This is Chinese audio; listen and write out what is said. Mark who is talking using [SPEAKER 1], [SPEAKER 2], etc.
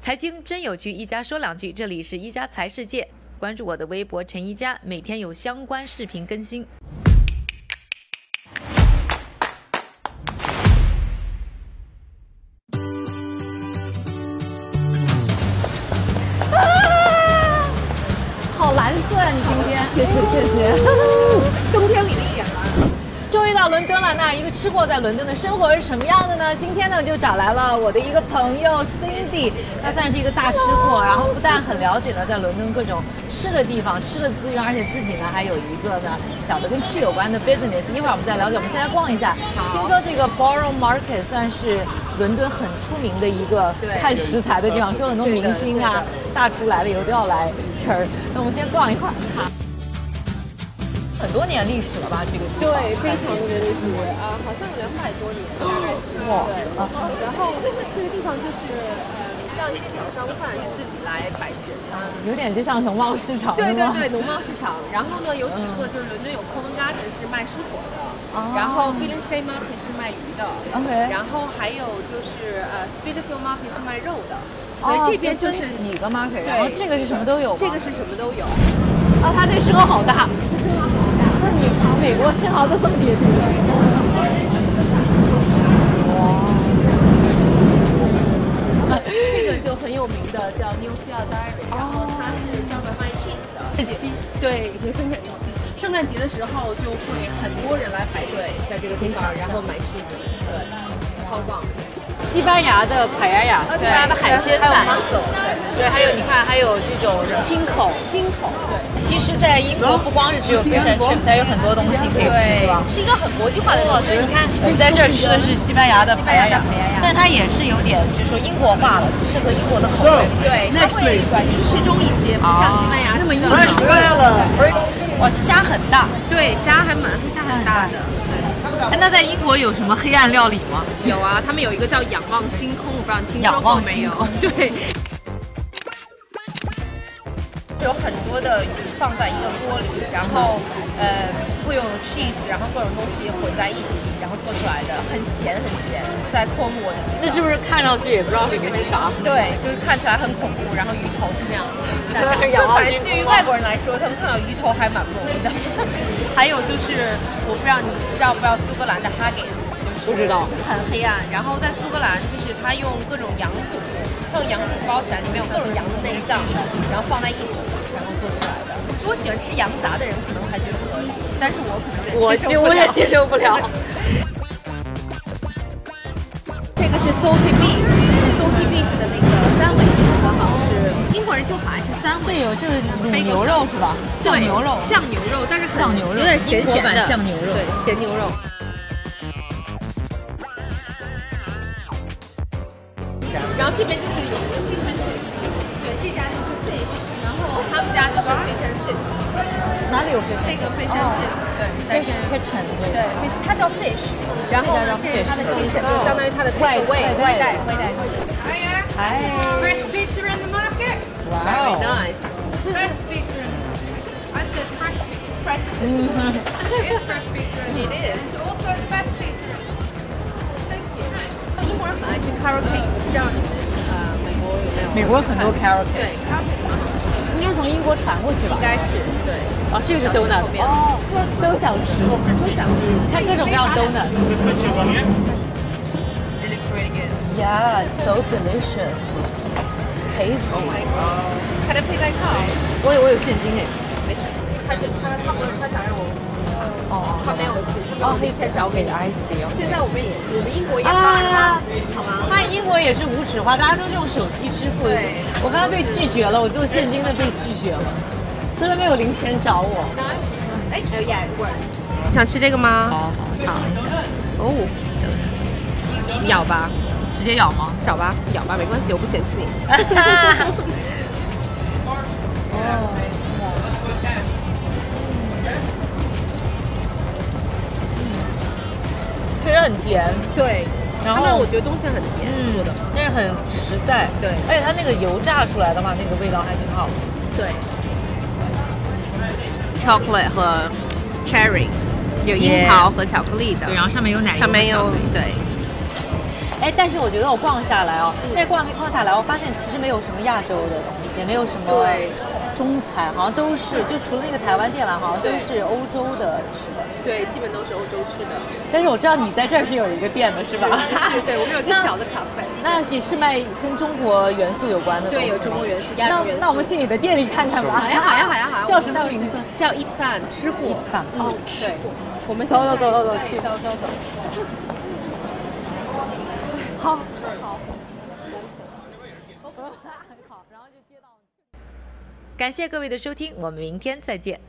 [SPEAKER 1] 财经真有趣，一家说两句。这里是一家财世界，关注我的微博陈一家，每天有相关视频更新。
[SPEAKER 2] 好蓝色啊呀、你今天
[SPEAKER 3] 谢谢谢谢，
[SPEAKER 2] 冬天里的一点蓝。终于到伦敦了，那一个吃货在伦敦的生活是什么样的呢？今天呢， 就找来了我的一个朋友 Cindy，她算是一个大吃货，然后不但很了解呢，在伦敦各种吃的地方、吃的资源，而且自己呢还有一个呢小的跟吃有关的 business。一会儿我们再了解，我们先来逛一下。听说这个 Borough Market 算是伦敦很出名的一个
[SPEAKER 3] 对
[SPEAKER 2] 看食材的地方，说很多明星
[SPEAKER 3] 对
[SPEAKER 2] 啊
[SPEAKER 3] 的、
[SPEAKER 2] 大厨来了以后都要来吃儿。那我们先逛一会儿。很多年历史了吧？这个地方
[SPEAKER 3] 对，非常多的历史啊，好像有两百多年，大概是
[SPEAKER 2] 哇
[SPEAKER 3] 对。然后这个地方就是呃，让一些小商贩就自己来摆摊。
[SPEAKER 2] 有点就像农贸市场，
[SPEAKER 3] 对对
[SPEAKER 2] 是吗
[SPEAKER 3] 对，，农贸市场。然后呢，有几个就是伦敦有 Covent Garden 是卖蔬果的，
[SPEAKER 2] 哦
[SPEAKER 3] 然后 Billingsgate Market 是卖鱼的
[SPEAKER 2] OK
[SPEAKER 3] 然后还有就是呃 Spitalfield Market 是卖肉的，
[SPEAKER 2] 哦
[SPEAKER 3] 所以这边就
[SPEAKER 2] 分
[SPEAKER 3] 是
[SPEAKER 2] 几个 market，
[SPEAKER 3] 对
[SPEAKER 2] 然后这个是什么都有吗，
[SPEAKER 3] 这个是什么都有。
[SPEAKER 2] 啊，它这生蚝好大，那你美国生蚝都这么叠出来，
[SPEAKER 3] 这个就很有名的叫 New f i e l Dairy，然后它是专门卖 cheese 的，
[SPEAKER 2] 日期
[SPEAKER 3] 对，也生产日期。圣诞节的时候就会很多人来排队，在这个地方，然后买 cheese，对，超棒。
[SPEAKER 2] 西班牙的排牙雅，哦西班牙的海鲜饭
[SPEAKER 3] 还有。muscle，对，
[SPEAKER 2] 对，还有你看，还有这种清口，清口。对，其实，在英国不光是只有 fish and chips，还有很多东西可以吃，是吧？
[SPEAKER 1] 是一个很国际化的东西。
[SPEAKER 2] 对，你看我们在这儿吃的是西班牙的排牙
[SPEAKER 1] 西班牙
[SPEAKER 2] 雅
[SPEAKER 1] 的排牙雅，
[SPEAKER 2] 但它也是有点就是说英国化了，适合英国的口味。
[SPEAKER 3] 对，它会软硬适中一些，不像西班牙那么硬。
[SPEAKER 2] 哇，虾很大。
[SPEAKER 3] 对，虾还蛮虾还蛮大的。
[SPEAKER 2] 哎，那在英国有什么黑暗料理吗？
[SPEAKER 3] 有啊，他们有一个叫仰望星空，我不知道你听说
[SPEAKER 2] 仰
[SPEAKER 3] 过
[SPEAKER 2] 望
[SPEAKER 3] 没
[SPEAKER 2] 星
[SPEAKER 3] 有
[SPEAKER 2] 空？
[SPEAKER 3] 对。有很多的鱼放在一个锅里，然后呃会用 cheese，然后各种东西混在一起，然后做出来的，很咸很咸，在阔木我能吃到
[SPEAKER 2] 那是不是看上去也不知道里面是啥？
[SPEAKER 3] 对，就是看起来很恐怖，然后鱼头是那样子，那
[SPEAKER 2] 对
[SPEAKER 3] 就
[SPEAKER 2] 仰望
[SPEAKER 3] 反
[SPEAKER 2] 星
[SPEAKER 3] 正对于
[SPEAKER 2] 空
[SPEAKER 3] 外国人来说，他们看到鱼头还蛮不容易 的。还有就是，我不知道你知道不知道苏格兰的 haggis，就是
[SPEAKER 2] 不知道
[SPEAKER 3] 就很黑暗。然后在苏格兰，就是他用各种羊骨，他用羊骨包起来，里面有各种羊的内脏，然后放在一起，然后做出来的。说喜欢吃羊杂的人可能还觉得可以，但是我可能有
[SPEAKER 2] 我
[SPEAKER 3] 点接
[SPEAKER 2] 就
[SPEAKER 3] 受不
[SPEAKER 2] 我也
[SPEAKER 3] 了。
[SPEAKER 2] 接受不 了。
[SPEAKER 3] 这个是 salty beef。salty beef 的那个三文鱼，我好像是英国人就好爱吃三文鱼。
[SPEAKER 2] 这有就是
[SPEAKER 3] 卤牛
[SPEAKER 2] 肉是吧？
[SPEAKER 3] 对酱牛肉，但是可能
[SPEAKER 2] 酱牛肉
[SPEAKER 3] 有点咸
[SPEAKER 2] 英国
[SPEAKER 3] 咸
[SPEAKER 2] 版
[SPEAKER 3] 的
[SPEAKER 2] 酱牛肉
[SPEAKER 3] 对，咸牛肉。然后这边就是有的这边是对，这家就是 fish，然后他们家就是 fish and chips，
[SPEAKER 2] 哪里有
[SPEAKER 3] 这个 fish and chips，对，
[SPEAKER 2] 这
[SPEAKER 3] 但
[SPEAKER 2] 是
[SPEAKER 3] 是
[SPEAKER 2] kitchen
[SPEAKER 3] 对 fish，它哦叫 fish，然后呢，
[SPEAKER 2] 这
[SPEAKER 3] 这
[SPEAKER 2] 家叫
[SPEAKER 3] 是它的 kitchen，就相当于它的外
[SPEAKER 2] 外
[SPEAKER 3] 外
[SPEAKER 2] 外
[SPEAKER 3] 带外带。
[SPEAKER 2] 哎，
[SPEAKER 4] Fresh pizza in the market?
[SPEAKER 2] 哇哦
[SPEAKER 3] Very nice。
[SPEAKER 4] Fresh pizza in the market. I said fresh pizza. Fresh pizza. it is fresh pizza in the
[SPEAKER 3] It
[SPEAKER 4] market.
[SPEAKER 3] is.
[SPEAKER 4] It's also the best pizza.
[SPEAKER 3] 英国人很爱吃 carrot cake，不知道你们呃美国有没有？
[SPEAKER 2] 美国很多 carrot，
[SPEAKER 3] 对 carrot cake 蛮好吃的，
[SPEAKER 2] 应该是从英国传过去吧
[SPEAKER 3] 应？该是对。
[SPEAKER 2] 哦，这个是 donut
[SPEAKER 3] 后面
[SPEAKER 2] 哦，都想吃，它各种各样 donut。
[SPEAKER 3] It looks really good.
[SPEAKER 2] Yeah, so delicious, tasty.
[SPEAKER 3] Can I pay by card?
[SPEAKER 2] 我有我有现金哎。
[SPEAKER 3] 他就他他不他想让我，
[SPEAKER 2] 哦
[SPEAKER 3] 他没有钱，他
[SPEAKER 2] 哦，
[SPEAKER 3] 没
[SPEAKER 2] 可以再
[SPEAKER 3] 有钱
[SPEAKER 2] 找
[SPEAKER 3] 找
[SPEAKER 2] 给
[SPEAKER 3] 给
[SPEAKER 2] 你
[SPEAKER 3] 他。
[SPEAKER 2] I C 哦。
[SPEAKER 3] 现在我们也我们
[SPEAKER 4] Ah.
[SPEAKER 3] 英国也发
[SPEAKER 2] 啊
[SPEAKER 3] 了，好吗？
[SPEAKER 2] 那英国也是无纸化，大家都是用手机支付。
[SPEAKER 3] 对
[SPEAKER 2] 我刚才被拒绝了，我最后现金的被拒绝了，虽然没有零钱找我。
[SPEAKER 3] 哎，还有眼棍。想吃这个吗？
[SPEAKER 2] 好好，
[SPEAKER 3] 哦，咬吧，
[SPEAKER 2] 直接咬吗？
[SPEAKER 3] 找吧，咬吧，没关系，我不嫌弃你。
[SPEAKER 2] 确实很甜，
[SPEAKER 3] 对，
[SPEAKER 2] 然
[SPEAKER 3] 他
[SPEAKER 2] 后
[SPEAKER 3] 们我觉得东西很甜
[SPEAKER 4] Mm.
[SPEAKER 3] 做的，
[SPEAKER 2] 但是很实在。
[SPEAKER 3] 对
[SPEAKER 2] 而且它那个油炸出来的话，那个味道还挺好的。
[SPEAKER 3] 对。Chocolate 和 Cherry，有樱桃和巧克力的
[SPEAKER 2] 然后上面有奶油
[SPEAKER 3] 上面有对。
[SPEAKER 2] 哎，但是我觉得我逛下来哦，
[SPEAKER 3] 嗯
[SPEAKER 2] 但是逛逛下
[SPEAKER 3] 哦
[SPEAKER 2] 来，我发现其实没有什么亚洲的东西，也没有什么
[SPEAKER 3] 对
[SPEAKER 2] 中餐，好像都是就除了那个台湾店了，好像都
[SPEAKER 3] 对
[SPEAKER 2] 是欧洲的吃的。
[SPEAKER 3] 对，基本都是欧洲去的，
[SPEAKER 2] 但是我知道你在这儿是有一个店的，是吧？
[SPEAKER 3] 是是，对我们 有一个小的咖啡。
[SPEAKER 2] 那也是卖跟中国元素有关的东西
[SPEAKER 3] 对，有
[SPEAKER 2] 吗
[SPEAKER 3] 中国元素，亚
[SPEAKER 2] 那
[SPEAKER 3] 洲元素。
[SPEAKER 2] 那我们去你的店里看看吧。
[SPEAKER 3] 好呀好呀好呀好呀，
[SPEAKER 2] 叫什么名字？
[SPEAKER 3] 叫 Eat 饭吃货。Eat
[SPEAKER 2] 饭
[SPEAKER 3] 哦，对，我们
[SPEAKER 2] 走走走走走去
[SPEAKER 3] 走走走。
[SPEAKER 2] 好，好。 好，然后就接到。
[SPEAKER 1] 感谢各位的收听，我们明天再见。